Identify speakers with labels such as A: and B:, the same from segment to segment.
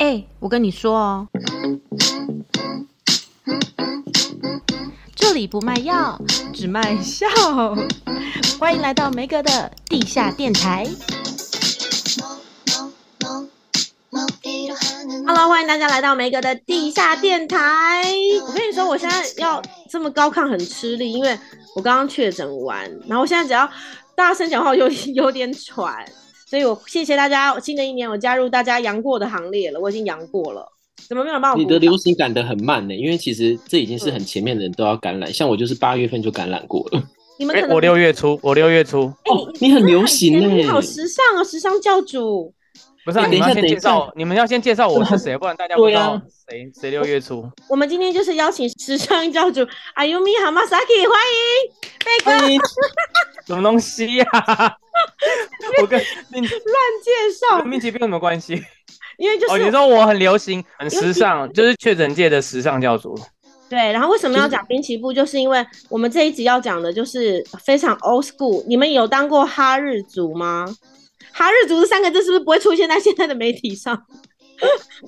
A: 哎、我跟你说哦，这里不卖药，只卖笑。欢迎来到梅哥的地下电台。Hello，欢迎大家来到梅哥的地下电台。我跟你说，我现在要这么高亢很吃力，因为我刚刚确诊完，然后我现在只要大声讲话，我有有点 喘，所以我谢谢大家。新的一年，我加入大家杨过的行列了，我已经杨过了。怎么没有人帮我鼓
B: 你
A: 掌？
B: 的流行感得很慢呢、因为其实这已经
A: 嗯
B: 是很前面的人都要感染，像我就是八月份就感染过了。
A: 你们
C: 哎、
A: 可能不
C: 我六月初，我六月初，
B: 哦，你很流行欸呢、
A: 哎你好时尚哦，时尚教主。
C: 不是、啊、
B: 哎
C: 你们要
B: 等一下
C: 先
B: 等
C: 介绍，你们要先介绍我 是谁，不然大家不知
B: 对啊
C: 道谁谁六月初。
A: 我们今天就是邀请时尚教主 Ayumi Hamasaki，欢迎贝哥
B: 欢迎
C: 什么东西呀、 我跟命
A: 乱介
C: 跟
A: 绍，
C: 命奇病有什么关系？
A: 因为就
C: 哦，
A: 是、
C: 你说我很流行，很时尚，就是确诊界的时尚教主。
A: 对。然后为什么要讲滨崎步，就是因为我们这一集要讲的就是非常 old school。你们有当过哈日族吗？哈日族这三个字是不是不会出现在现在的媒体上？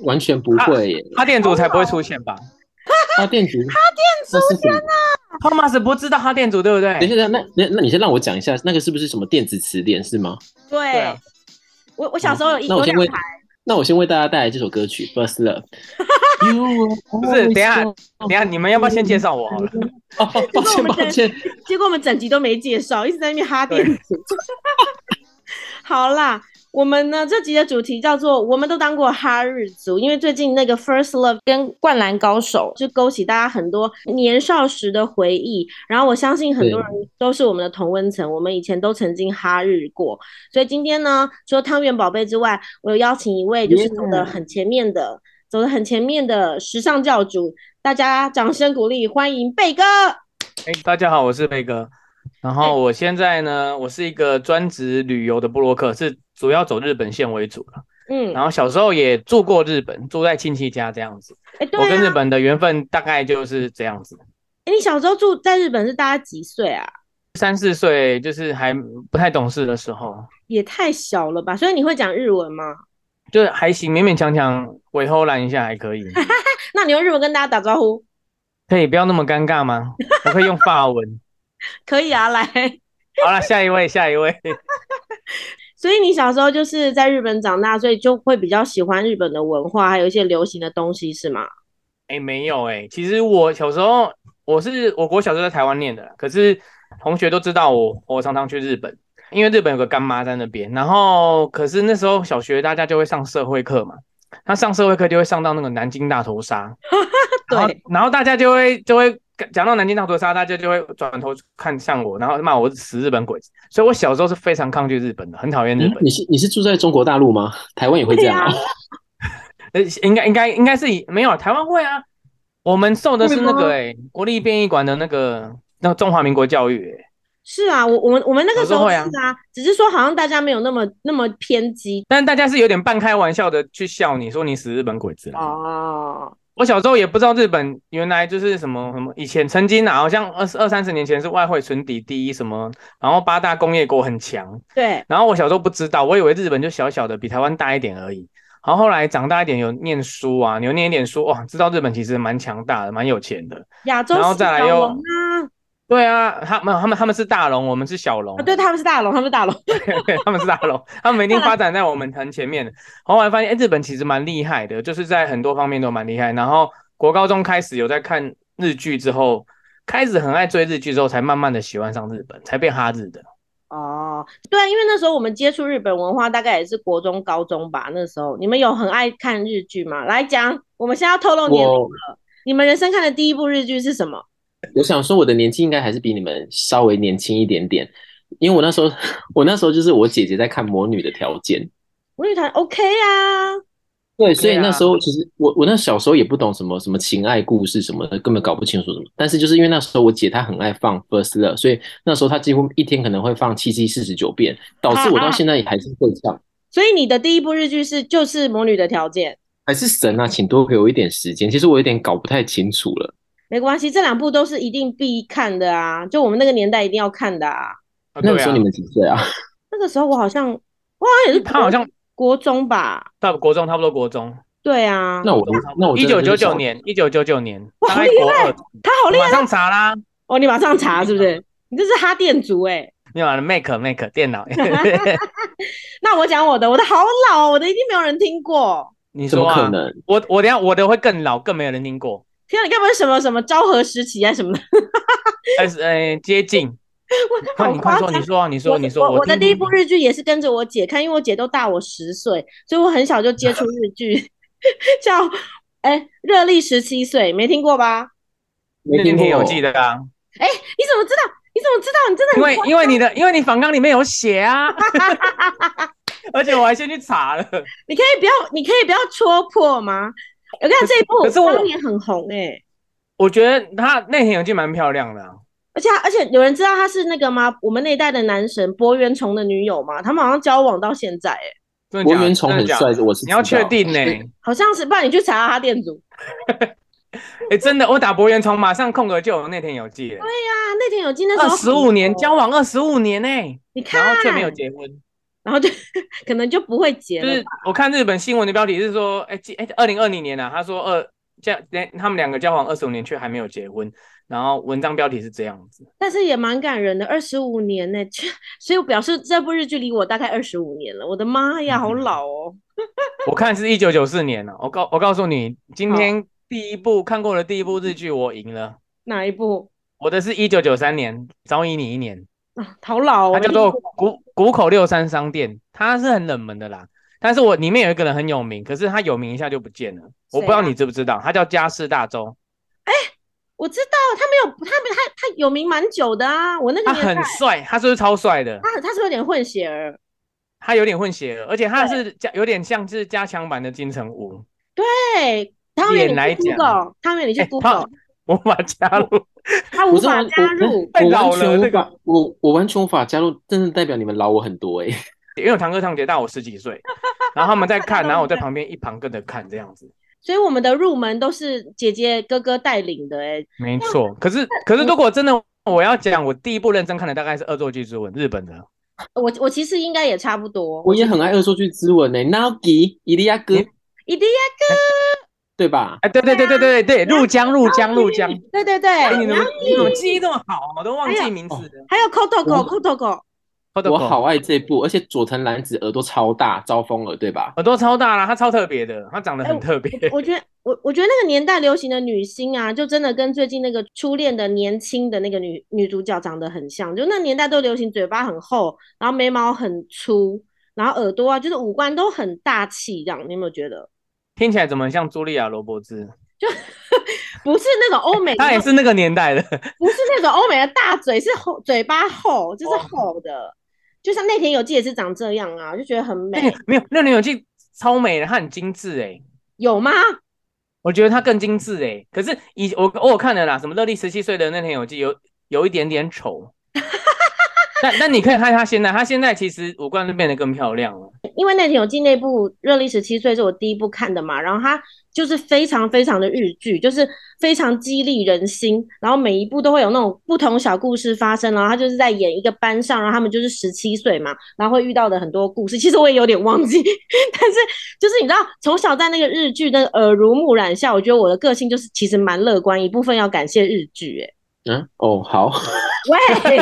B: 完全不会耶、
C: 他店主才不会出现吧
A: 啊
B: 他店主，他店主，天哪！
C: ？Thomas 不知道他店主对不对？
B: 等一下，那那那你先让我讲一下，那个是不是什么电子词典是吗？
A: 对，
C: 对啊
A: 我我小时候有一、
B: 嗯那
A: 有
B: 我先
A: 两
B: 为
A: 排，
B: 那我先为大家带来这首歌曲《First Love》。
C: 不
B: 不
C: 是，等一下，等一下，你们要不要先介绍我好了？
B: 哦，抱歉抱歉，
A: 结果我们整集都没介绍，一直在那边哈电子。 好啦，我们呢这集的主题叫做“我们都当过哈日族”，因为最近那个《First Love》跟《灌篮高手》就勾起大家很多年少时的回忆。然后我相信很多人都是我们的同温层，我们以前都曾经哈日过。所以今天呢，除了汤圆宝贝之外，我有邀请一位就是走的很前面的。走的很前面的时尚教主，大家掌声鼓励，欢迎贝哥。
C: 哎、大家好，我是贝哥。然
A: 哎
C: 后我现在呢，我是一个专职旅游的布洛克，是主要走日本线为主了。
A: 嗯，
C: 然后小时候也住过日本，住在亲戚家这样子。
A: 哎、对
C: 我跟
A: 啊，
C: 日本的缘分大概就是这样子，
A: 哎、你小时候住在日本是大概几岁啊？
C: 三四岁就是还不太懂事的时候，
A: 也太小了吧！所以你会讲日文吗？
C: 就是还行，勉勉强强尾后拦一下还可以。
A: 那你用日文跟大家打招呼，
C: 可以不要那么尴尬吗？我可以用法文。
A: 可以啊，来。
C: 好了，下一位，下一位。
A: 所以你小时候就是在日本长大，所以就会比较喜欢日本的文化，还有一些流行的东西，是吗？
C: 哎、没有哎、其实我小时候我是我国小时候在台湾念的啦，可是同学都知道我我常常去日本，因为日本有个干妈在那边。然后可是那时候小学大家就会上社会课嘛，那上社会课就会上到那个南京大屠杀，然后
A: 对，
C: 然后大家就会就会讲到南京大屠杀，大家就会转头看向我，然后骂我是死日本鬼子。所以我小时候是非常抗拒日本的，很讨厌日
B: 嗯
C: 本。
B: 你是你是住在中国大陆吗？台湾也会这样
A: 对啊
B: 吗？
C: 呃，应该应该应该是以没有台湾会啊，我们受的是那个诶、国立殡仪馆的那个那个中华民国教育、欸，
A: 是啊，我我们我们那个时候
C: 小时候会
A: 是
C: 啊
A: 啊，只是说好像大家没有那么那么偏激
C: 但大家是有点半开玩笑的去笑你说你死日本鬼子啊。
A: 哦。
C: 我小时候也不知道日本原来就是什么什么，以前曾经啊，好像二十二三十年前是外汇存底第一什么，然后八大工业国很强，
A: 对，
C: 然后我小时候不知道，我以为日本就小小的，比台湾大一点而已。然后后来长大一点，有念书啊，有念一点书，哇，知道日本其实蛮强大的，蛮有钱的。
A: 亚洲
C: 然后
A: 四
C: 再来
A: 小
C: 又
A: 龙啊，
C: 对啊，他们他们他们是大龙，我们是小龙
A: 啊，，对，他们是大龙，他们是大龙。
C: 对， 他们是大龙，他们一定发展在我们很前 面的。后来发现，哎、日本其实蛮厉害的，就是在很多方面都蛮厉害。然后国高中开始有在看日剧之后，开始很爱追日剧之后，才慢慢的喜欢上日本，才变哈日的。
A: 哦，对，因为那时候我们接触日本文化，大概也是国中、高中吧。那时候你们有很爱看日剧吗？来讲，我们现在要透露年龄
B: 我
A: 了。你们人生看的第一部日剧是什么？
B: 我想说，我的年纪应该还是比你们稍微年轻一点点，因为我那时候， 我那时候就是我姐姐在看《魔女的条件》，
A: 我女团 OK 啊，
B: 对，所以
C: 对啊
B: 那时候其实我我那小时候也不懂什么什么情爱故事什么的，根本搞不清楚什么。但是就是因为那时候我姐她很爱放《First Love》，所以那时候她几乎一天可能会放七七四十九遍，导致
C: 啊
B: 我到现在也还是会唱，
A: 所以你的第一部日剧是就是《魔女的条件》，
B: 还是神啊，请多给我一点时间。其实我有点搞不太清楚了。
A: 没关系，这两部都是一定必看的啊，就我们那个年代一定要看的啊。
C: 啊
B: 那
C: 对
B: 个时候
C: 啊
B: 你，们几岁啊？
A: 那个时候我好像，我好像也是
C: 他好像
A: 国中吧，
C: 到国中差不多国中，
A: 对啊，
B: 那我那哦我
C: 一
B: 真的就
C: 九九
B: 是小
C: 九，年，一九九九年，
A: 哇
C: 大概
A: 好厉
C: 国二，
A: 他好厉害
C: 马上查啦，
A: 哦！你马上查是不是？你这是哈电族哎、
C: 没有啊，Make Make 电 脑，
A: 那我讲我的，我的好老哦，我的一定没有人听过。
C: 你
B: 怎
C: 说
B: 么可
C: 啊？
B: 能？
C: 我我等一下我的会更老，更没有人听过，
A: 天啊，你该不会什么什么昭和时期啊什么的？
C: 但是呃接近。
A: 我
C: 快
A: 好
C: 你快
A: 夸
C: 说，
A: 张
C: 你。说啊，你说
A: 我
C: 你说，
A: 我的
C: 听
A: 第一
C: 听
A: 部日剧也是跟着我姐看，因为我姐都大我十岁，所以我很小就接触日剧， 叫哎《热力十七岁》，没听过吧？
B: 没
C: 念
B: 听
C: 天
B: 过
C: 有记的啊，
A: 哎，你怎么知道？你怎么知道？你真的很
C: 因为
A: 夸
C: 因为你的因为你访纲里面有写啊， 而且我还先去查了。
A: 你可以不要，你可以不要戳破吗？我看这一部
C: 可是我
A: 当年很红哎、
C: 我觉得他内田有纪蛮漂亮的啊、
A: 而且他而且有人知道他是那个吗？我们那一代的男神柏原崇的女友吗？他们好像交往到现在哎、
C: 真的
B: 博
C: 假的
B: 元崇
C: 真的
B: 很
C: 假
B: 帅
C: 的，
B: 我是
C: 你要
B: 知道
C: 确定呢、
A: 好像是，不然你去查查他店主。
C: 哎、真的，我打博元崇，马上空格就有内田有纪了。
A: 啊，那天有记那时
C: 二
A: 候
C: 十五年
A: 很红
C: 交往二十五年呢、
A: 你看，
C: 然后却没有结婚。
A: 然后就 可能就不会结
C: 就
A: 了
C: 是。我看日本新闻的标题是说，哎、记哎，二零二零年啊，他说二交，他们两个交往二十五年却还没有结婚，然后文章标题是这样子。
A: 但是也蛮感人的，二十五年呢、切所以我表示这部日剧离我大概二十五年了。我的妈
C: 嗯
A: 呀，好老哦！
C: 我看是一九九四年了、啊我告我告诉你，今天第一部看过的第一部日剧我赢了，
A: 哪一部
C: 我的是一九九三年，早已你一年，
A: 啊？好老哦！
C: 它
A: 我没
C: 叫做
A: 听过
C: 谷谷口六三商店，它是很冷门的啦。但是我里面有一个人很有名，可是他有名一下就不见了，我不知道
A: 啊
C: 你知不知道，他叫家世大周，
A: 我知道他没有，他没他他有名蛮久的啊。我那个
C: 他
A: 年代
C: 很，帅，他是不是超帅的？
A: 他很他是不是有点混血儿？
C: 他有点混血儿，而且他是加有点像是加强版的金城武。
A: 对，汤圆
C: 脸来
A: 你去
C: 讲
A: Google，汤圆你去
C: 哎
A: Google，
C: 我把它加入，
A: 他无
B: 我真
A: 法
B: 的
A: 加入。
C: 太
B: 我
C: 老
B: 完
C: 了
B: 全
C: 这
B: 无
C: 个
B: 法，我我完全无法加入，真的代表你们老我很多哎、
C: 因为我堂哥堂姐大我十几岁，然后他们在
A: 大家
C: 看，
A: 都
C: 然后我
A: 在
C: 在旁边一旁跟着看这样子。
A: 所以我们的入门都是姐姐哥哥带领的、欸，
C: 没错，可是可是如果真的我要讲，我第一部认真看的大概是《恶作剧之吻》，日本的。
A: 我我其实应该也差不多。
B: 我也很爱恶作剧之吻哎、n a g i 伊利亚哥
C: 嗯
A: 一定要
B: 对吧？
C: 哎，对对对对对对，入江入江入江。
A: 对对
C: 哎，
A: 对，
C: 你怎么
A: 然后
C: 你怎么记忆这么好？啊我都忘
A: 哎
C: 记
A: 呀
C: 名字了。
A: 还有 Kotoko
B: 我
A: Kotoko，
B: 哦我
C: Kotoko
B: 好爱这部，而且佐藤蓝子耳朵超大，招风耳对 吧？
C: 耳朵超大啦，他超特别的，他长得
A: 哎
C: 很特别。
A: 我觉得我我觉得那个年代流行的女星啊，就真的跟最近那个初恋的年轻的那个女女主角长得很像，就那年代都流行嘴巴很厚，然后眉毛很粗，然后耳朵啊，就是五官都很大气，这样你有没有觉得？
C: 听起来怎么像茱莉亚·罗伯兹？
A: 不是哎那种欧美 的，
C: 她也是那个年代的。
A: 不是那种欧美的大嘴，是厚嘴巴厚，
C: 哦
A: 就是厚的，就像内田有纪也是长这样啊，就觉得很
C: 那
A: 美
C: 个，没有，那女友记超美的，她很精致哎、
A: 有吗？
C: 我觉得她更精致哎、可是以我我有看了啦，什么乐丽十七岁的那天有记有有一点点丑，但但你可以看她现在，她现在其实五官都变得更漂亮了。
A: 因为内田有纪那部《热力十七岁》是我第一部看的嘛，然后它就是非常非常的日剧，就是非常激励人心，然后每一部都会有那种不同小故事发生，然后他就是在演一个班上，然后他们就是十七岁嘛，然后会遇到的很多故事，其实我也有点忘记， 但是就是你知道，从小在那个日剧的耳濡目染下，我觉得我的个性就是其实蛮乐观，一部分要感谢日剧、欸，
B: 嗯，哦好，
A: 喂，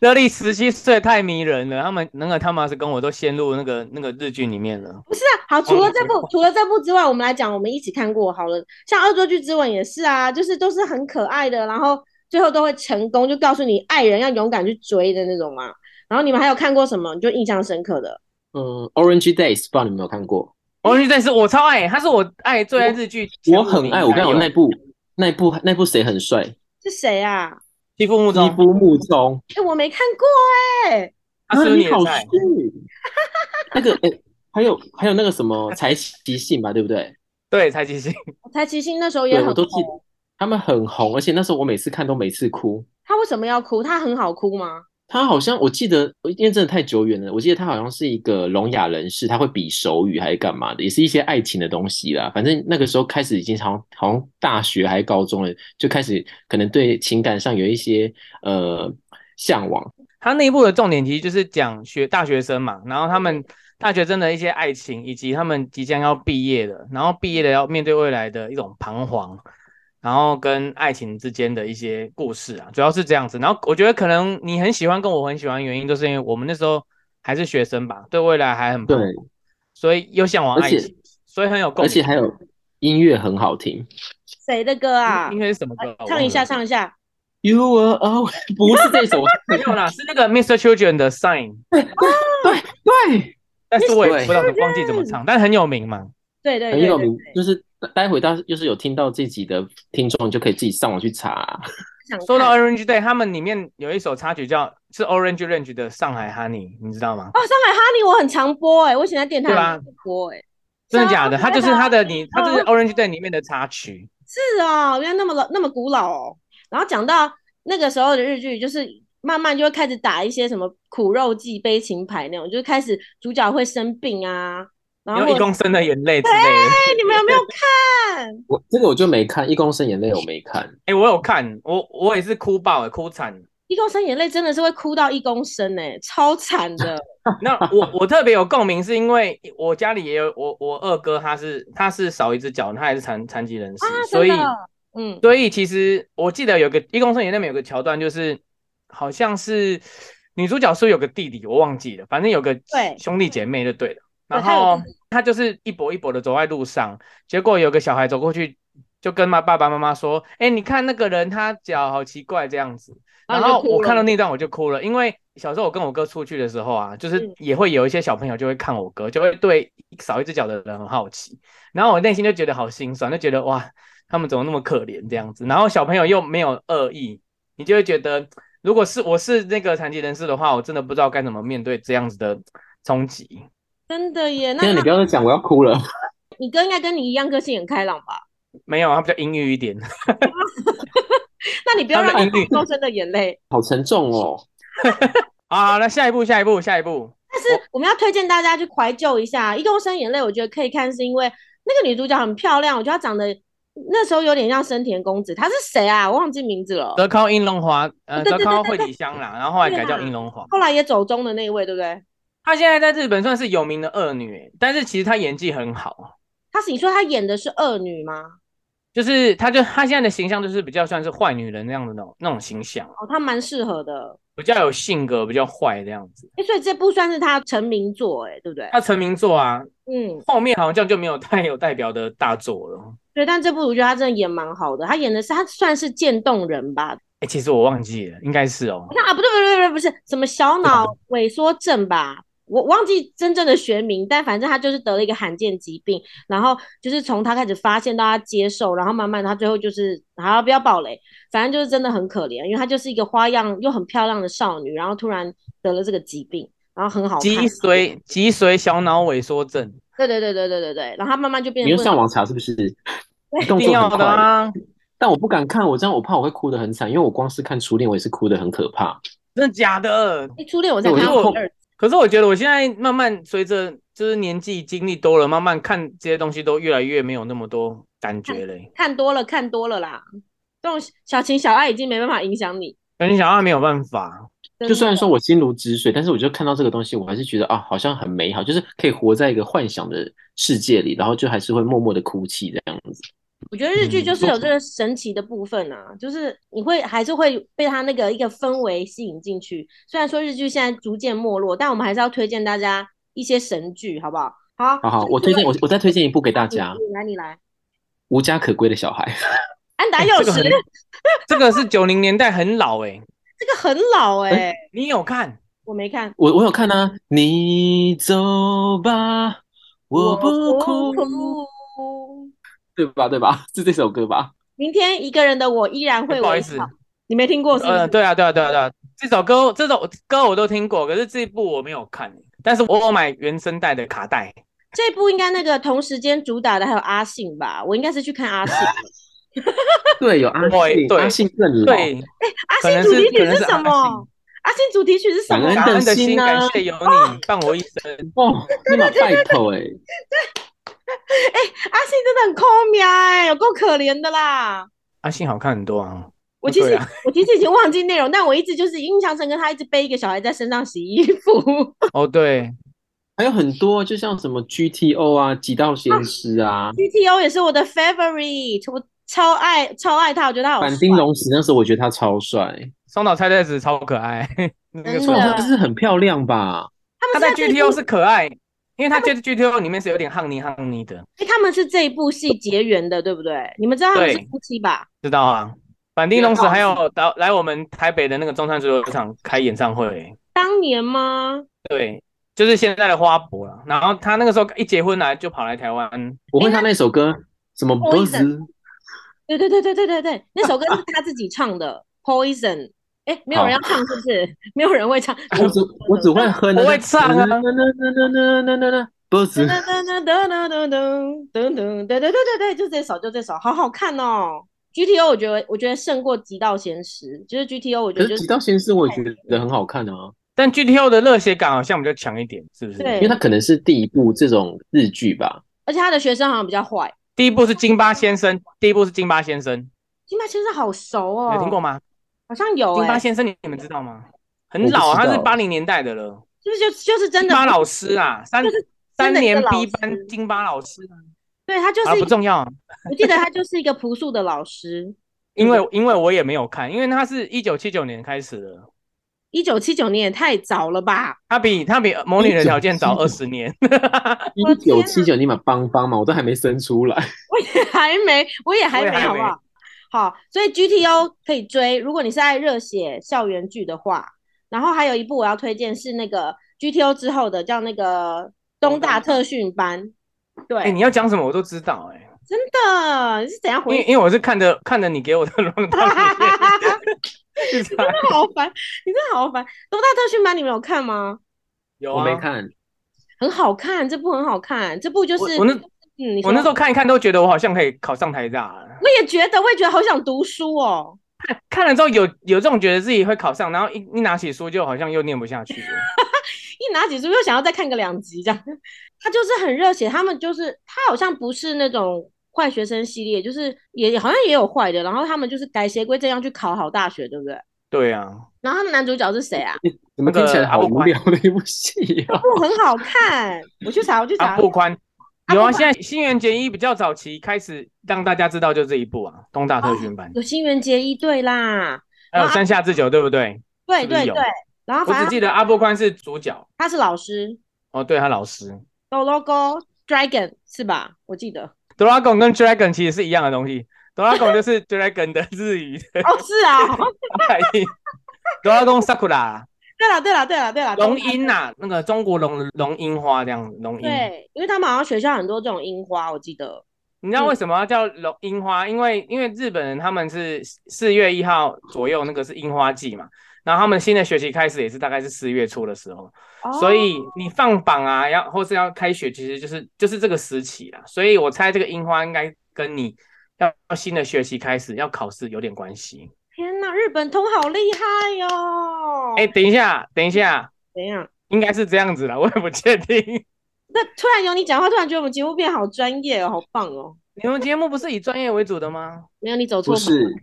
C: 乐丽十七岁太迷人了，他们那个他妈是跟我都陷入那个那个日剧里面了。
A: 不是啊，好，
C: 哦
A: 除了这部，除了这部之外，我们来讲我们一起看过好了，像《恶作剧之吻》也是啊，就是都是很可爱的，然后最后都会成功，就告诉你爱人要勇敢去追的那种嘛。然后你们还有看过什么你就印象深刻的？
B: 嗯，Orange Days 不知道你们有没有看过？
C: 我去，但是我超爱，她是我爱最爱日剧。
B: 我很爱，我
C: 看
B: 看我那部那部那部谁很帅？
A: 是谁啊？
C: 肌肤木
B: 伊
C: 中，
B: 夫木聪，啊
A: 哎、我没看过哎、
C: 她是不是
B: 你
C: 你的
B: 好
C: 菜
B: 帅？ 那个哎、还有还有那个什么柴崎幸吧，对不对？
C: 对，蔡奇星。
A: 柴崎幸那时候也
B: 对，
A: 很
B: 我都记
A: 红，
B: 得，他们很红，而且那时候我每次看都每次哭。
A: 他为什么要哭？他很好哭吗？
B: 他好像我记得，因为真的太久远了，我记得他好像是一个聋哑人士，他会比手语还是干嘛的，也是一些爱情的东西啦。反正那个时候开始已经好像好像大学还高中了，就开始可能对情感上有一些呃向往。嗯
C: 他那一部的重点其实就是讲学大学生嘛，然后他们大学真的一些爱情，以及他们即将要毕业的，然后毕业了要面对未来的一种彷徨，然后跟爱情之间的一些故事啊，主要是这样子。然后我觉得可能你很喜欢，跟我很喜欢，原因都是因为我们那时候还是学生吧，对未来还很
B: 对
C: 彷，徨，所以又向往爱
B: 而且
C: 情，所以很有共鸣。
B: 而且还有音乐很好听。
A: 谁的歌啊
C: 音？乐是什么歌啊？我忘
A: 唱一下，
C: 了
A: 唱一下。
B: You are all 不是这首，
C: 没有啦，是那个 Mr. Children 的 Sign，
B: 对，
C: 但是我也
B: Mr.
C: 不知道忘记怎么唱，但很有名嘛。
A: 对对
B: 很
A: 对
B: 有
A: 对
B: 名
A: 对。
B: 就是待会到就是有听到这集的听众就可以自己上网去查、
A: 想看
C: 说到 Orange Day，他们里面有一首插曲叫是 Orange Range 的《上海 Honey》，你知道吗？
A: 哦，上海哈尼我很常播哎、我以前在电台
C: 对吧
A: 很常播哎、
C: 真的假的？
A: 上海
C: 它就是它的
A: 嗯
C: 你，它就是 Orange Day 里面的插曲。
A: 是哦，原来那么老那么古老哦。然后讲到那个时候的日剧，就是慢慢就会开始打一些什么苦肉计、悲情牌那种，就是开始主角会生病啊，然后
C: 有
A: 或
C: 一
A: 者
C: 公升的眼泪之类的。
A: 哎，你们有没有看？
B: 我这个我就没看，《一公升眼泪》我没看，
C: 哎，我有看，我我也是哭爆了，哭惨。
A: 一公升眼泪真的是会哭到一公升哎、超惨 的。
C: 那我我特别有共鸣，是因为我家里也有我我二哥，他是他是少一只脚，他也是残残疾人士，
A: 啊
C: 所以
A: 真的嗯，
C: 所以其实我记得有个《一公升眼泪》里面有个桥段，就是好像是女主角是不是有个弟弟，我忘记了，反正有个
A: 对
C: 兄弟姐妹就对了。
A: 对
C: 然
A: 她有
C: 后他就是一跛一跛的走在路上，结果有个小孩走过去，就跟妈爸爸妈妈说：“哎、你看那个人，他脚好奇怪这样子。”
A: 然
C: 然
A: 后
C: 后
A: 你就哭了
C: 我看到那段我就哭了，因为小时候我跟我哥出去的时候啊，就是
A: 嗯
C: 也会有一些小朋友就会看我哥，就会对少一只脚的人很好奇，然后我内心就觉得好心酸，就觉得哇，他们怎么那么可怜这样子？然后小朋友又没有恶意，你就会觉得，如果是我是那个残疾人士的话，我真的不知道该怎么面对这样子的冲击。
A: 真的耶。那
B: 天啊，你不要再讲，我要哭了。
A: 你哥应该跟你一样个性很开朗吧？
C: 没有，他比较阴郁一点。
A: 那你不要
C: 他
A: 让
C: 的
A: 他
C: 音律
A: 一公升的眼泪。
B: 好沉重哦。
C: 好，那下一步，下一步，下一步，
A: 但是我们要推荐大家去怀旧一下《一公升眼泪》，我觉得可以看，是因为那个女主角很漂亮，我觉得她长得那时候有点像生田公子。她是谁啊？我忘记名字了。
C: 德靠英龙华，呃，
A: 哦对对
C: 德
A: 对
C: 靠
A: 对
C: 惠
A: 对
C: 里香啦，然后后来改叫
A: 对啊
C: 英龙华。
A: 后来也走中的那一位，对不对？
C: 她现在在日本算是有名的恶女，欸但是其实她演技很好，
A: 她是你说她演的是恶女吗？
C: 就是她就她现在的形象就是比较算是坏女人那样的那种那种形象，
A: 哦，她蛮适合的。
C: 比较有性格，比较坏这样子。
A: 哎，所以这部算是她成名作，哎，对不对？
C: 她成名作啊，
A: 嗯，
C: 后面好像就没有太有代表的大作了。
A: 对。但这部我觉得她真的演蛮好的，她演的是她算是渐冻人吧？
C: 哎、其实我忘记了，应该是哦。
A: 那啊，不对不对不对，不是什么小脑
B: 啊
A: 萎缩症吧？我我忘记真正的学名，但反正他就是得了一个罕见疾病，然后就是从他开始发现到他接受，然后慢慢他最后就是，好不要暴雷，反正就是真的很可怜，因为她就是一个花样又很漂亮的少女，然后突然得了这个疾病，然后很好看，
C: 脊髓脊髓小脑萎缩症，
A: 对对对对对对对，然后她慢慢就变
B: 你
A: 得
B: 用
A: 不
B: 上
A: 能
B: 网查是不是？你
C: 一
B: 动
C: 定
B: 作
C: 要
B: 很
C: 的
B: 快，
C: 啊！
B: 但我不敢看，我这样我怕我会哭得很惨，因为我光是看初恋我也是哭得很可怕。
C: 真的假的？
A: 诶初恋我才
B: 对
A: 看
B: 我就
A: 到
B: 碰
A: 第二集，
C: 可是我觉得我现在慢慢随着就是年纪经历多了，慢慢看这些东西都越来越没有那么多感觉嘞。
A: 看多了看多了啦，这种小情小爱已经没办法影响你，
C: 感觉小爱没有办法，
A: 真
B: 就虽然
A: 的
B: 说我心如止水，但是我就看到这个东西，我还是觉得啊，好像很美好，就是可以活在一个幻想的世界里，然后就还是会默默的哭泣这样子。
A: 我觉得日剧
C: 嗯
A: 就是有
B: 都
A: 这个神奇的部分啊，就是你会还是会被它那个一个氛围吸引进去。虽然说日剧现在逐渐没落，但我们还是要推荐大家一些神剧，好不好？好，
B: 好好，我推荐我我再推荐一部给大家，《
A: 你来，你来，
B: 无家可归的小孩》，
A: 安达
C: 哎
A: 幼
C: 这个
A: 时
C: 很这个是九零年代很老哎、
A: 这个很老哎、
C: 你有看？
A: 我没看，
B: 我我有看啊。你走吧，我不哭，
A: 哭。
B: 对吧？对吧？ 是这首歌吧？
A: 明天一个人的我依然会
C: 哎不好
A: 微
C: 意思
A: 笑，你没听过是不
C: 呃，
A: 是？
C: 对啊，对啊，对啊，对啊，这首歌这首歌我都听过，可是这一部我没有看，欸但是我有买原声带的卡带。
A: 这部应该那个同时间主打的还有阿信吧？我应该是去看阿信的。
B: 对，有阿
C: 对
B: 信，
C: 对
B: 阿信更老，
C: 对，
A: 阿
C: 可
A: 信
C: 能
A: 主
C: 是
A: 题曲
C: 可能是
A: 什
C: 阿
A: 么
C: 信？
A: 阿信主题曲是什
B: 感
A: 么
B: 恩？
C: 感恩的心，
B: 心啊
C: 感谢有你伴我一生。
B: 哦，那么拜托哎，
A: 阿信真的很抠苗哎，有够可怜的啦！
C: 阿信好看很多啊，
A: 我其实、
C: 对啊
A: 我其实已经忘记 内容，但我一直就是印象深刻，他一直背一个小孩在身上洗衣服，
C: 哦对，
B: 还有很多，就像什么 GTO 啊，《极道先师》啊，
A: GTO 也是我的 favorite，我超爱超爱他，我觉得他好帅。
B: 反町隆史那时候我觉得他超帅，
C: 松岛菜菜子超可爱， 那个
A: 真
C: 错
A: 的
B: 哇，就是很漂亮吧？
A: 他
C: 他
A: 们
C: 在
A: 是这一
C: GTO
A: 部
C: 是可爱，因为他觉得 GTO 里面是有点汉尼汉尼的，
A: 哎他们是这一部戏结缘的，对不对？你们知道他们是
C: 对
A: 夫妻吧？
C: 知道啊。反町隆史
B: 有道理
C: 还有到来我们台北的那个中山足球场开演唱会，
A: 当年吗？
C: 对，就是现在的花博了。然后他那个时候一结婚来就跑来台湾，
B: 我会唱那首歌，什么 b o s
A: Poison 对对对对对对对，那首歌是他自己唱的《Poison》。哎，没有人要唱是不是？ 没有人会唱。
B: 我只我只会哼，
C: 我会唱啊
B: 那那那那那那那那 b o
A: 噔
B: s
A: 噔噔噔噔噔噔噔噔噔对对对对，就这首就这首，好好看哦。GTO 我觉得我觉得胜过《极道贤师》，就是 GTO 我觉得
B: 可是
A: 就
B: 《
A: 是
B: 极道先师》我也觉得很好看啊，
C: 但 GTO 的热血感好像比较强一点，是不是？
A: 对
B: 因为它可能是第一部这种日剧吧。
A: 而且他的学生好像比较坏。
C: 第一部是金巴先生，第一部是金巴先生，
A: 金马先生好熟哦，
C: 有听过？吗？
A: 好像有
C: 金
A: 哎、
C: 巴先生，你你们知道吗？很
B: 我不
C: 老啊，
B: 知
C: 他是
B: 道
C: 八零年代的了。
A: 是不是就就是真
C: 金
A: 的
C: 巴老师啊，三
A: 就是
C: 三
A: 真的一个
C: 年
A: 老
C: B
A: 师
C: 班金巴老师啊，
A: 对他就是
C: 啊
A: 一
C: 不
A: 个，
C: 重要啊，
A: 我记得他就是一个朴素的老师。
C: 因为因为我也没有看，因为他是一九七九年开始的，
A: 一九七九年也太早了吧？
C: 他比他比《魔女的条件》早二十
B: 1979
C: 年。哎
A: 我的
B: 一
A: 天
B: 九
A: 啊
B: 七九，你买邦邦嘛，我都还没生出来。
A: 我也 还没，我也还
C: 我也
A: 没，
C: 还
A: 好不好？好，所以 GTO 可以追，如果你是爱热血校园剧的话。然后还有一部我要推荐是那个 GTO 之后的，叫那个东大特训班。对，
C: 哎，你要讲什么我都知道哎，
A: 真的你是怎样
C: 因为
A: 回？
C: 因为我是看着看着你给我的 乱
A: 哈哈哈
C: 套
A: 哈哈！
C: 里面去查
A: 好烦，你真的好烦。东大特训班你们有看吗？
C: 有
B: 我
C: 啊，
B: 没看，
A: 很好看，这部很好看，这部就是
C: 我我那
A: 嗯，你说
C: 我那时候看一看都觉得我好像可以考上台大了。
A: 我也觉得，我也觉得好想读书哦。
C: 看了之后有有这种觉得自己会考上，然后一一拿起书就好像又念不下去 了。
A: 一拿起书又想要再看个两集这样。 他就是很热血，他们就是他好像不是那种坏学生系列，就是也好像也有坏的，然后他们就是改邪归正要去考好大学，对不对？
C: 对啊，
A: 然后他们男主角是谁 啊？
B: 怎么听起来好
C: 那个阿布
B: 无
C: 宽
B: 聊的一部戏啊？
A: 不很好看，我去查，我去
C: 阿
A: 查。
C: 布啊宽
A: 阿
C: 有
A: 布
C: 啊，
A: 啊宽
C: 现在新垣结衣比较早期开始让大家知道就这一部啊，东大特训班，
A: 有新垣结衣对啦，
C: 还有
A: 啊
C: 山下智久，对不对？
A: 对
C: 是不是
A: 对
C: 有
A: 对，然后
C: 我只
A: 啊反正
C: 记得阿布宽是主角
A: 他是老师
C: 哦，对他老师。
A: ，Do Logo Dragon 是吧？我记 得
C: Dragon 跟 Dragon 其实是一样的东西，Dragon 就是 Dragon 的日语的
A: 哦，是啊，
C: 翻译，Dragon Sakura
A: 对了对了对了啊对了，懂
C: 龙
A: 了
C: 樱呐、那个中国龙龙樱花这样子，龙樱。
A: 对，因为他们好像学校很多这种樱花，我记得。
C: 你知道为什么要叫龙樱花？因为因为日本人他们是四月一号左右那个是樱花季嘛，然后他们新的学期开始也是大概是四月初的时候，
A: 哦
C: 所以你放榜啊，要或是要开学，其实就是就是这个时期啦。所以我猜这个樱花应该跟你要要新的学期开始要考试有点关系。
A: 天呐，日本通好厉害哟、哦！
C: 哎，，等一下，等一下，
A: 怎样？
C: 应该是这样子啦， 我也不确定。
A: 那突然有你讲话，突然觉得我们节目变好专业哦，好棒哦！
C: 你们节目不是以专业为主的吗？
A: 没有你走错
B: 不
A: 吧，
B: 是，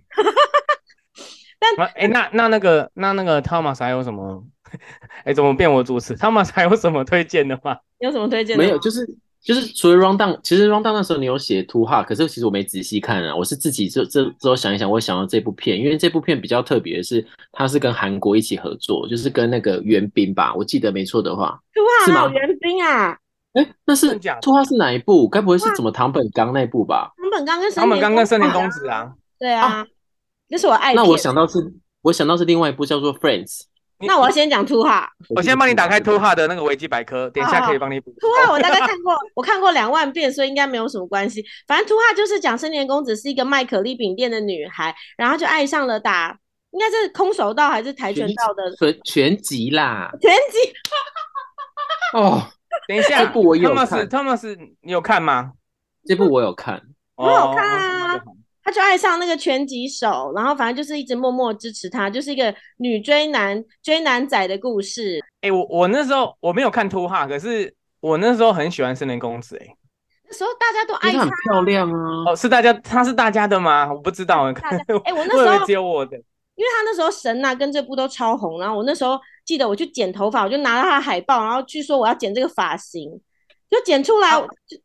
C: 啊哎，那那那个那那个 Thomas 还有什么？ 哎，怎么变我主持？Thomas 还有什么推荐的吗？
A: 你有什么推荐的？
B: 没有，，就是就是除了 round down，其实 round down 那时候你有写图画，可是其实我没仔细看啊，我是自己这这之后想一想，我想到这部片，因为这部片比较特别的是，它是跟韩国一起合作，就是跟那个袁彬吧，我记得没错的话，
A: 图
B: 是
A: 画还有
B: 吗
A: 袁彬啊，
B: 哎，那是
C: 真的假的
B: 图画是哪一部？该不会是怎么唐本刚那部吧？
A: 唐本刚跟
C: 他们刚跟森田
A: 公
C: 公
A: 子
C: 子啊，
A: 对啊，那是我爱
B: 那我
A: 片
B: 想到是，我想到是另外一部叫做 Friends。
C: 你
A: 那我要先讲图画，
C: 我先帮你打开 t o h a 的那个维基百科，等一下可以帮你 补。
A: 图画我大概看过，我看过两万遍，所以应该没有什么关系。反正图画就是讲森田公子是一个卖可丽饼店的女孩，然后就爱上了打，应该是空手道还是跆拳道的
B: 全全集啦。
A: 拳击，
B: 哦，
C: 等一下
B: 这部我有
C: ，Thomas
B: 看
C: Thomas，你有看吗？
B: 这部我有看，
A: 我有看
C: 哦
A: 啊
C: 那就好
A: 他就爱上那个拳击手，然后反正就是一直默默支持他，就是一个女追男追男仔的故事。
C: 哎、我我那时候我没有看 t o h a 可是我那时候很喜欢森田公子、哎，
A: 那时候大家都爱
B: 因为
A: 他
B: 它很，漂亮啊。
C: 哦，是大家他是大家的吗？我不知道，
A: 嗯 大家
C: 我
A: 哎、我那
C: 以
A: 时
C: 为
A: 候
C: 只有我的。
A: 啊因为他那时候神呐、跟这部都超红，然后我那时候记得我去剪头发，我就拿了他的海报，然后去说我要剪这个发型，就剪出来，
C: 啊
A: 我就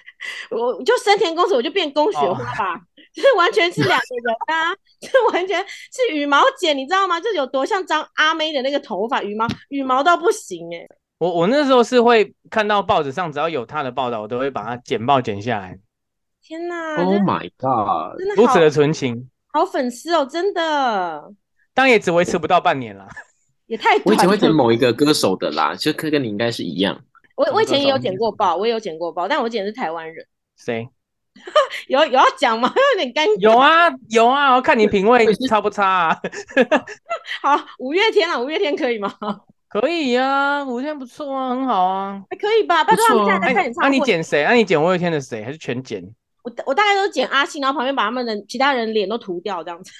A: 我就生田公主，我就变宫雪
C: 哦
A: 花吧。 就是完全是两个人啊， 这完全是羽毛剪，你知道吗？这有多像张阿妹的那个头发，羽毛羽毛到不行哎、
C: 我我那时候是会看到报纸上只要有他的报道，我都会把它剪报剪下来，
A: 天哪，
B: Oh
A: 啊真
B: my god！
A: 真的
C: 哦如
A: 好
C: 此的纯情。
A: 好粉丝哦，真的
C: 当然也只维持不到半年啦。
A: 也太
B: 我以
A: 短
B: 前
A: 了。
B: 会剪某一个歌手的啦，就跟跟你应该是一样。
A: 我我以前也有
C: 什么歌手
A: 剪过报，我也有剪过报，但我剪的是台湾人，
C: 谁？
A: 有有要讲吗？ 有点尴尬。
C: 有啊有啊，我看你品味
B: 我也是
C: 差不差啊？
A: 好，五月天啊，五月天可以吗？
C: 可以啊，五月天不错啊，很好啊。
A: 还可以吧，拜托他
B: 不
A: 们
B: 错啊
A: 现在在看演
C: 那你哎那
A: 唱
C: 你
A: 会。
C: 剪谁？啊那你剪五月天的谁？还是全剪？
A: 我我大概都剪阿信，然后旁边把他们的其他人脸都涂掉，这样子。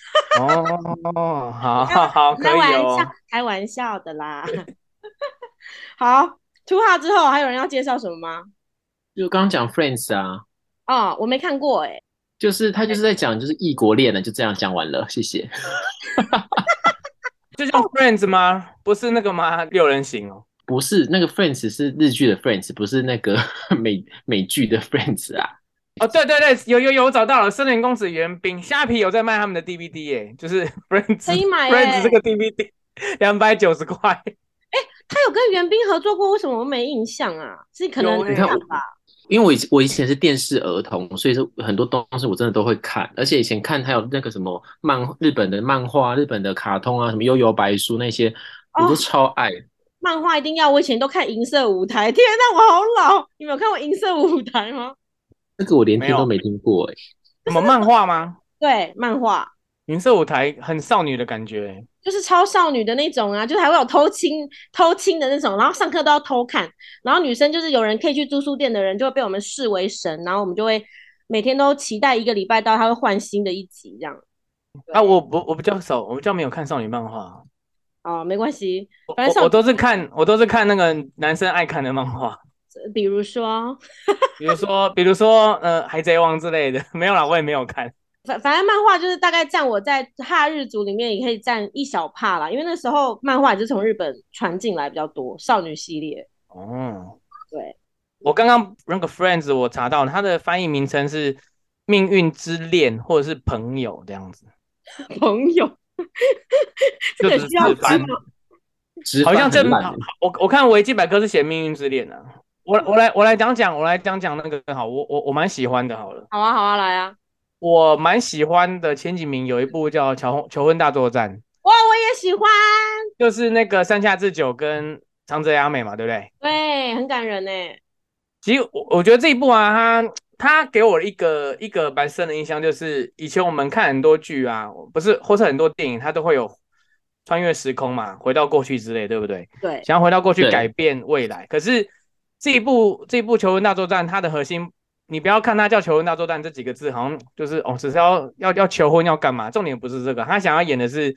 C: 哦，好 好好，可
A: 开
C: 以
A: 玩笑
C: 哦。，
A: 开玩笑的啦。 好，涂好之后还有人要介绍什么吗？
B: 就刚刚讲 Friends 啊，
A: 哦，我没看过哎、
B: 就是他就是在讲就是异国恋的，就这样讲完了，谢谢。
C: 就像 Friends 吗？不是那个吗？六人行哦。
B: 不是那个 Friends 是日剧的 Friends，不是那个 美美剧的 Friends 啊。
C: 哦，对对对，有有有，我找到了，森林公子袁冰，虾皮有在卖他们的 DVD 耶、就是 Friends
A: 可以买耶、
C: Friends 这个 DVD 两百九十块，
A: 他有跟袁冰合作过，为什么我没印象啊？是可能
C: 有欸
A: 看吧。
B: 因为我以我以前是电视儿童，所以说很多东西我真的都会看，而且以前看还有那个什么漫日本的漫画、日本的卡通啊，什么《幽游白书》那些，我都超爱。
A: 漫画一定要，我以前都看《银色舞台》， 天哪，我好老！你们有看过《银色舞台》吗？
B: 那个我连
C: 没
B: 听
C: 有
B: 都没听过哎、
C: 什么漫画吗？
A: 对，漫画
C: 银色舞台很少女的感觉耶、
A: 就是超少女的那种啊，就是还会有偷亲、偷亲的那种，然后上课都要偷看，然后女生就是有人可以去租书店的人，就会被我们视为神，然后我们就会每天都期待一个礼拜到他会换新的一集这样。
C: 啊，我不我比较少，我比较没有看少女漫画，
A: 哦，没关系，
C: 我
A: 反正少
C: 我我都是看我都是看那个男生爱看的漫画，
A: 比如说
C: 比如说比如说呃海贼王之类的，没有啦，我也没有看。
A: 反反正漫画就是大概占我在哈日族里面也可以占一小帕啦，因为那时候漫画也是从日本传进来比较多，少女系列。
C: 哦，
A: 对，
C: 我刚刚那个 Friends 我查到了它的翻译名称是《命运之恋》或者是朋友这样子，
A: 朋 友，这
C: 就
A: 个
C: 是
A: 需要
C: 自翻
A: 翻吗？
B: 直
C: 好像
B: 翻
C: 这
B: 很烂、欸
C: 我我看维基百科是写《命运之恋》啊。我我来我来讲讲我来讲讲那个好，我我我蛮喜欢的，好了。
A: 好啊，好啊，来啊！
C: 我蛮喜欢的前几名有一部叫《求婚求婚大作战》，
A: 哇，我也喜欢，
C: 就是那个山下智久跟长泽雅美嘛，对不对？
A: 对，很感人呢。欸
C: 其实我我觉得这一部啊，它它给我一个一个蛮深的印象，就是以前我们看很多剧啊，不是或是很多电影，它都会有穿越时空嘛，回到过去之类，对不对？
A: 对，
C: 想要回到过去
B: 对
C: 改变未来。可是这一部这一部《求婚大作战》，它的核心，你不要看它叫《求婚大作战》这几个字，好像就是哦，只是要要要求婚要干嘛？重点不是这个，他想要演的是，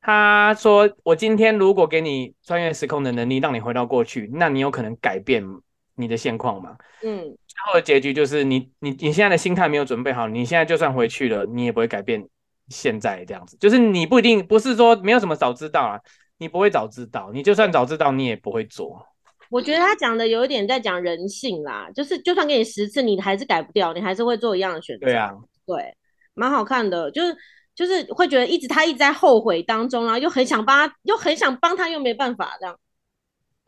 C: 他说我今天如果给你穿越时空的能力，让你回到过去，那你有可能改变你的现况嘛？
A: 嗯，
C: 最后的结局就是你你你现在的心态没有准备好，你现在就算回去了，你也不会改变现在这样子。就是你不一定不是说没有什么早知道啊，你不会早知道，你就算早知道你也不会做。
A: 我觉得他讲的有一点在讲人性啦，就是就算给你十次，你还是改不掉，你还是会做一样的选择。
C: 对啊，
A: 对，蛮好看的，就是就是会觉得一直他一直在后悔当中，然啊后又很想帮他，又很想帮他，又没办法这样。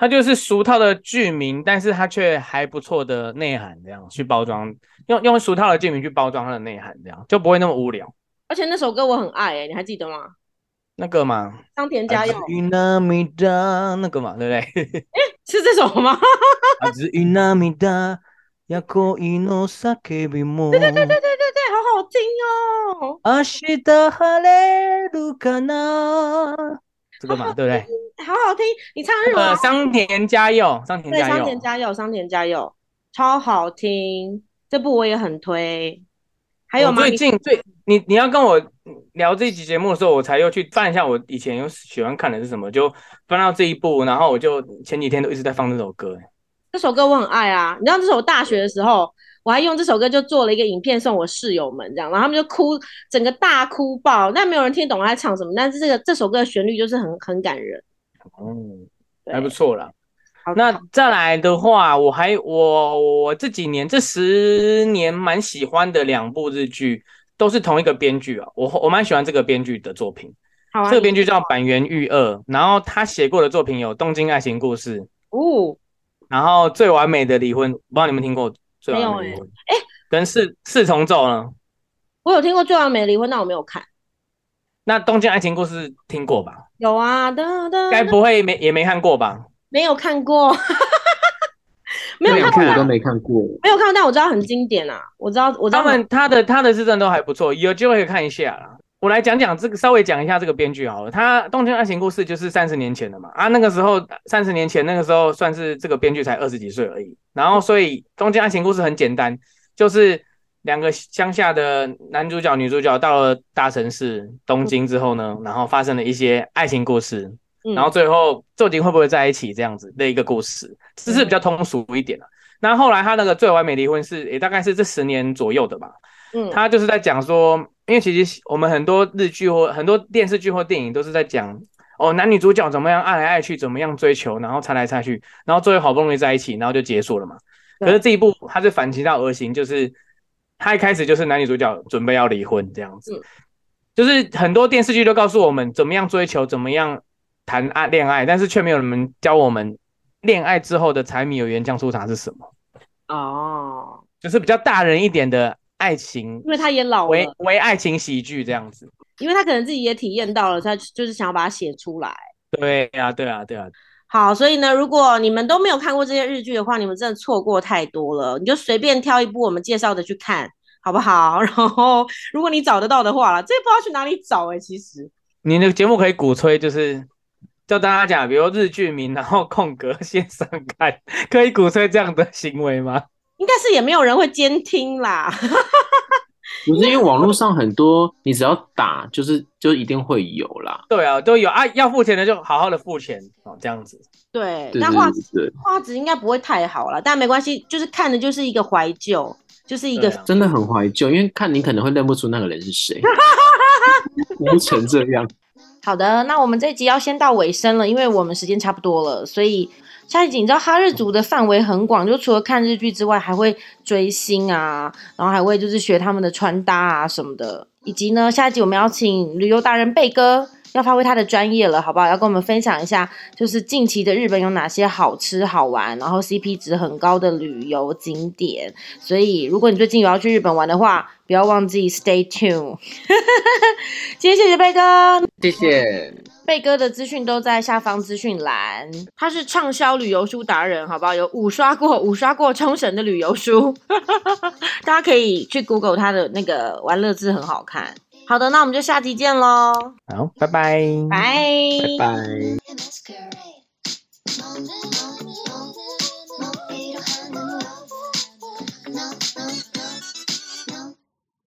C: 它就是俗套的剧名，但是它却还不错的内涵，这样去包装，用用俗套的剧名去包装它的内涵，这样就不会那么无聊。
A: 而且那首歌我很爱、欸，你还记得吗？
C: 那个嘛，
A: 桑田
C: 啊
A: 佳佑
C: 涙那个嘛，对不对？ 啊
A: 是这首吗？
C: 熱い涙や恋の叫びも。对对
A: 对对
C: 对
A: 对对，好好听哦，
C: 明日晴れるかな？这个
A: 啊
C: 嘛，对不对？
A: 好好听。你唱日文
C: 呃，
A: 啊，
C: 桑田佳佑，桑田
A: 对，
C: 佳
A: 桑田
C: 佑，
A: 佳佑，桑田佳佑，超好听，这部我也很推。还有
C: 我
A: 吗？
C: 最
A: 你
C: 近最你你要跟我聊这期节目的时候，我才又去翻一下我以前有喜欢看的是什么，就翻到这一部，然后我就前几天都一直在放这首歌。
A: 这首歌我很爱啊，你知道这首我大学的时候，我还用这首歌就做了一个影片送我室友们，这样，然后他们就哭，整个大哭爆，但没有人听懂我在唱什么，但是这个这首歌的旋律就是很很感人。
C: 嗯，
A: 对
C: 还不错啦。
A: 好
C: 那再来的话，我还我我这几年这十年蛮喜欢的两部日剧，都是同一个编剧啊，我我蛮喜欢这个编剧的作品。
A: 好啊，
C: 这个编剧叫板垣裕二，然后他写过的作品有《东京爱情故事》，
A: 哦，
C: 然后《最完美的离婚》，不知道你们听过《最完美的离婚》？
A: 欸
C: 哎、跟四四重奏呢？
A: 我有听过《最完美的离婚》，但我没有看。
C: 那《东京爱情故事》听过吧？
A: 有啊，的的，
C: 该不会没也没看过吧？
A: 没有看 过，没
B: 这
A: 有
B: 两
A: 看
B: 部
A: 过，
B: 我都没看过。
A: 没有看过，但我知道很经典啊，我知道，我知道
C: 他们他的他的是真的都还不错，有机会可以看一下啦。我来讲讲这个，稍微讲一下这个编剧好了。他《东京爱情故事》就是三十年前的嘛，啊，那个时候三十年前那个时候算是这个编剧才二十几岁而已。然后所以《东京爱情故事》很简单，就是两个乡下的男主角女主角到了大城市东京之后呢，然后发生了一些爱情故事，
A: 嗯
C: 然后最后究竟会不会在一起这样子的一个故事，只是比较通俗一点了、啊那后来他那个最完美离婚是也大概是这十年左右的吧，
A: 嗯，
C: 他就是在讲说，因为其实我们很多日剧或很多电视剧或电影都是在讲哦男女主角怎么样爱来爱去，怎么样追求，然后猜来猜去，然后最后好不容易在一起，然后就结束了嘛。
A: 嗯
C: 可是这一部它是反其道而行，就是他一开始就是男女主角准备要离婚这样
A: 嗯
C: 子，就是很多电视剧都告诉我们怎么样追求，怎么样谈爱恋爱，但是却没有人教我们恋爱之后的柴米油盐酱醋茶是什么。
A: 哦，
C: 就是比较大人一点的爱情
A: 因，为他也老
C: 为
A: 了，
C: 为爱情喜剧这样子。
A: 因为他可能自己也体验到了，他就是想要把它写出来。
C: 对呀、啊，对啊，对啊，
A: 好，所以呢，如果你们都没有看过这些日剧的话，你们真的错过太多了。你就随便挑一部我们介绍的去看，好不好？然后，如果你找得到的话啦，这也不知道去哪里找哎、其实
C: 你的节目可以鼓吹，就是叫大家讲，比如日剧名，然后空格线上看，可以鼓吹这样的行为吗？
A: 应该是也没有人会监听啦。
B: 不是因为网络上很多，你只要打就是就一定会有啦。
C: 对啊，都有啊，要付钱的就好好的付钱哦，这样子。
A: 对，
B: 对
A: 那
B: 对
A: 画
B: 对对，
A: 画质应该不会太好了，但没关系，就是看的就是一个怀旧，就是一个
C: 对啊
B: 真的很怀旧，因为看你可能会认不出那个人是 谁，哭成这样。
A: 好的，那我们这一集要先到尾声了，因为我们时间差不多了，所以下一集你知道哈日族的范围很广，就除了看日剧之外，还会追星啊，然后还会就是学他们的穿搭啊什么的，以及呢，下一集我们要请旅游达人贝哥。要发挥他的专业了，好不好？要跟我们分享一下，就是近期的日本有哪些好吃好玩，然后 CP 值很高的旅游景点。所以，如果你最近有要去日本玩的话，不要忘记 stay tuned。今天谢谢贝哥，
B: 谢谢，
A: 贝哥的资讯都在下方资讯栏，他是畅销旅游书达人，好不好？有五刷过五刷过冲绳的旅游书， 大家可以去 Google 他的那个玩乐志，很好看。好的，那我们就下集见喽，
C: 啊好，拜拜，
A: 拜
B: 拜拜。
D: Masquerade. 모든 의미 모든 의미 이러한 우와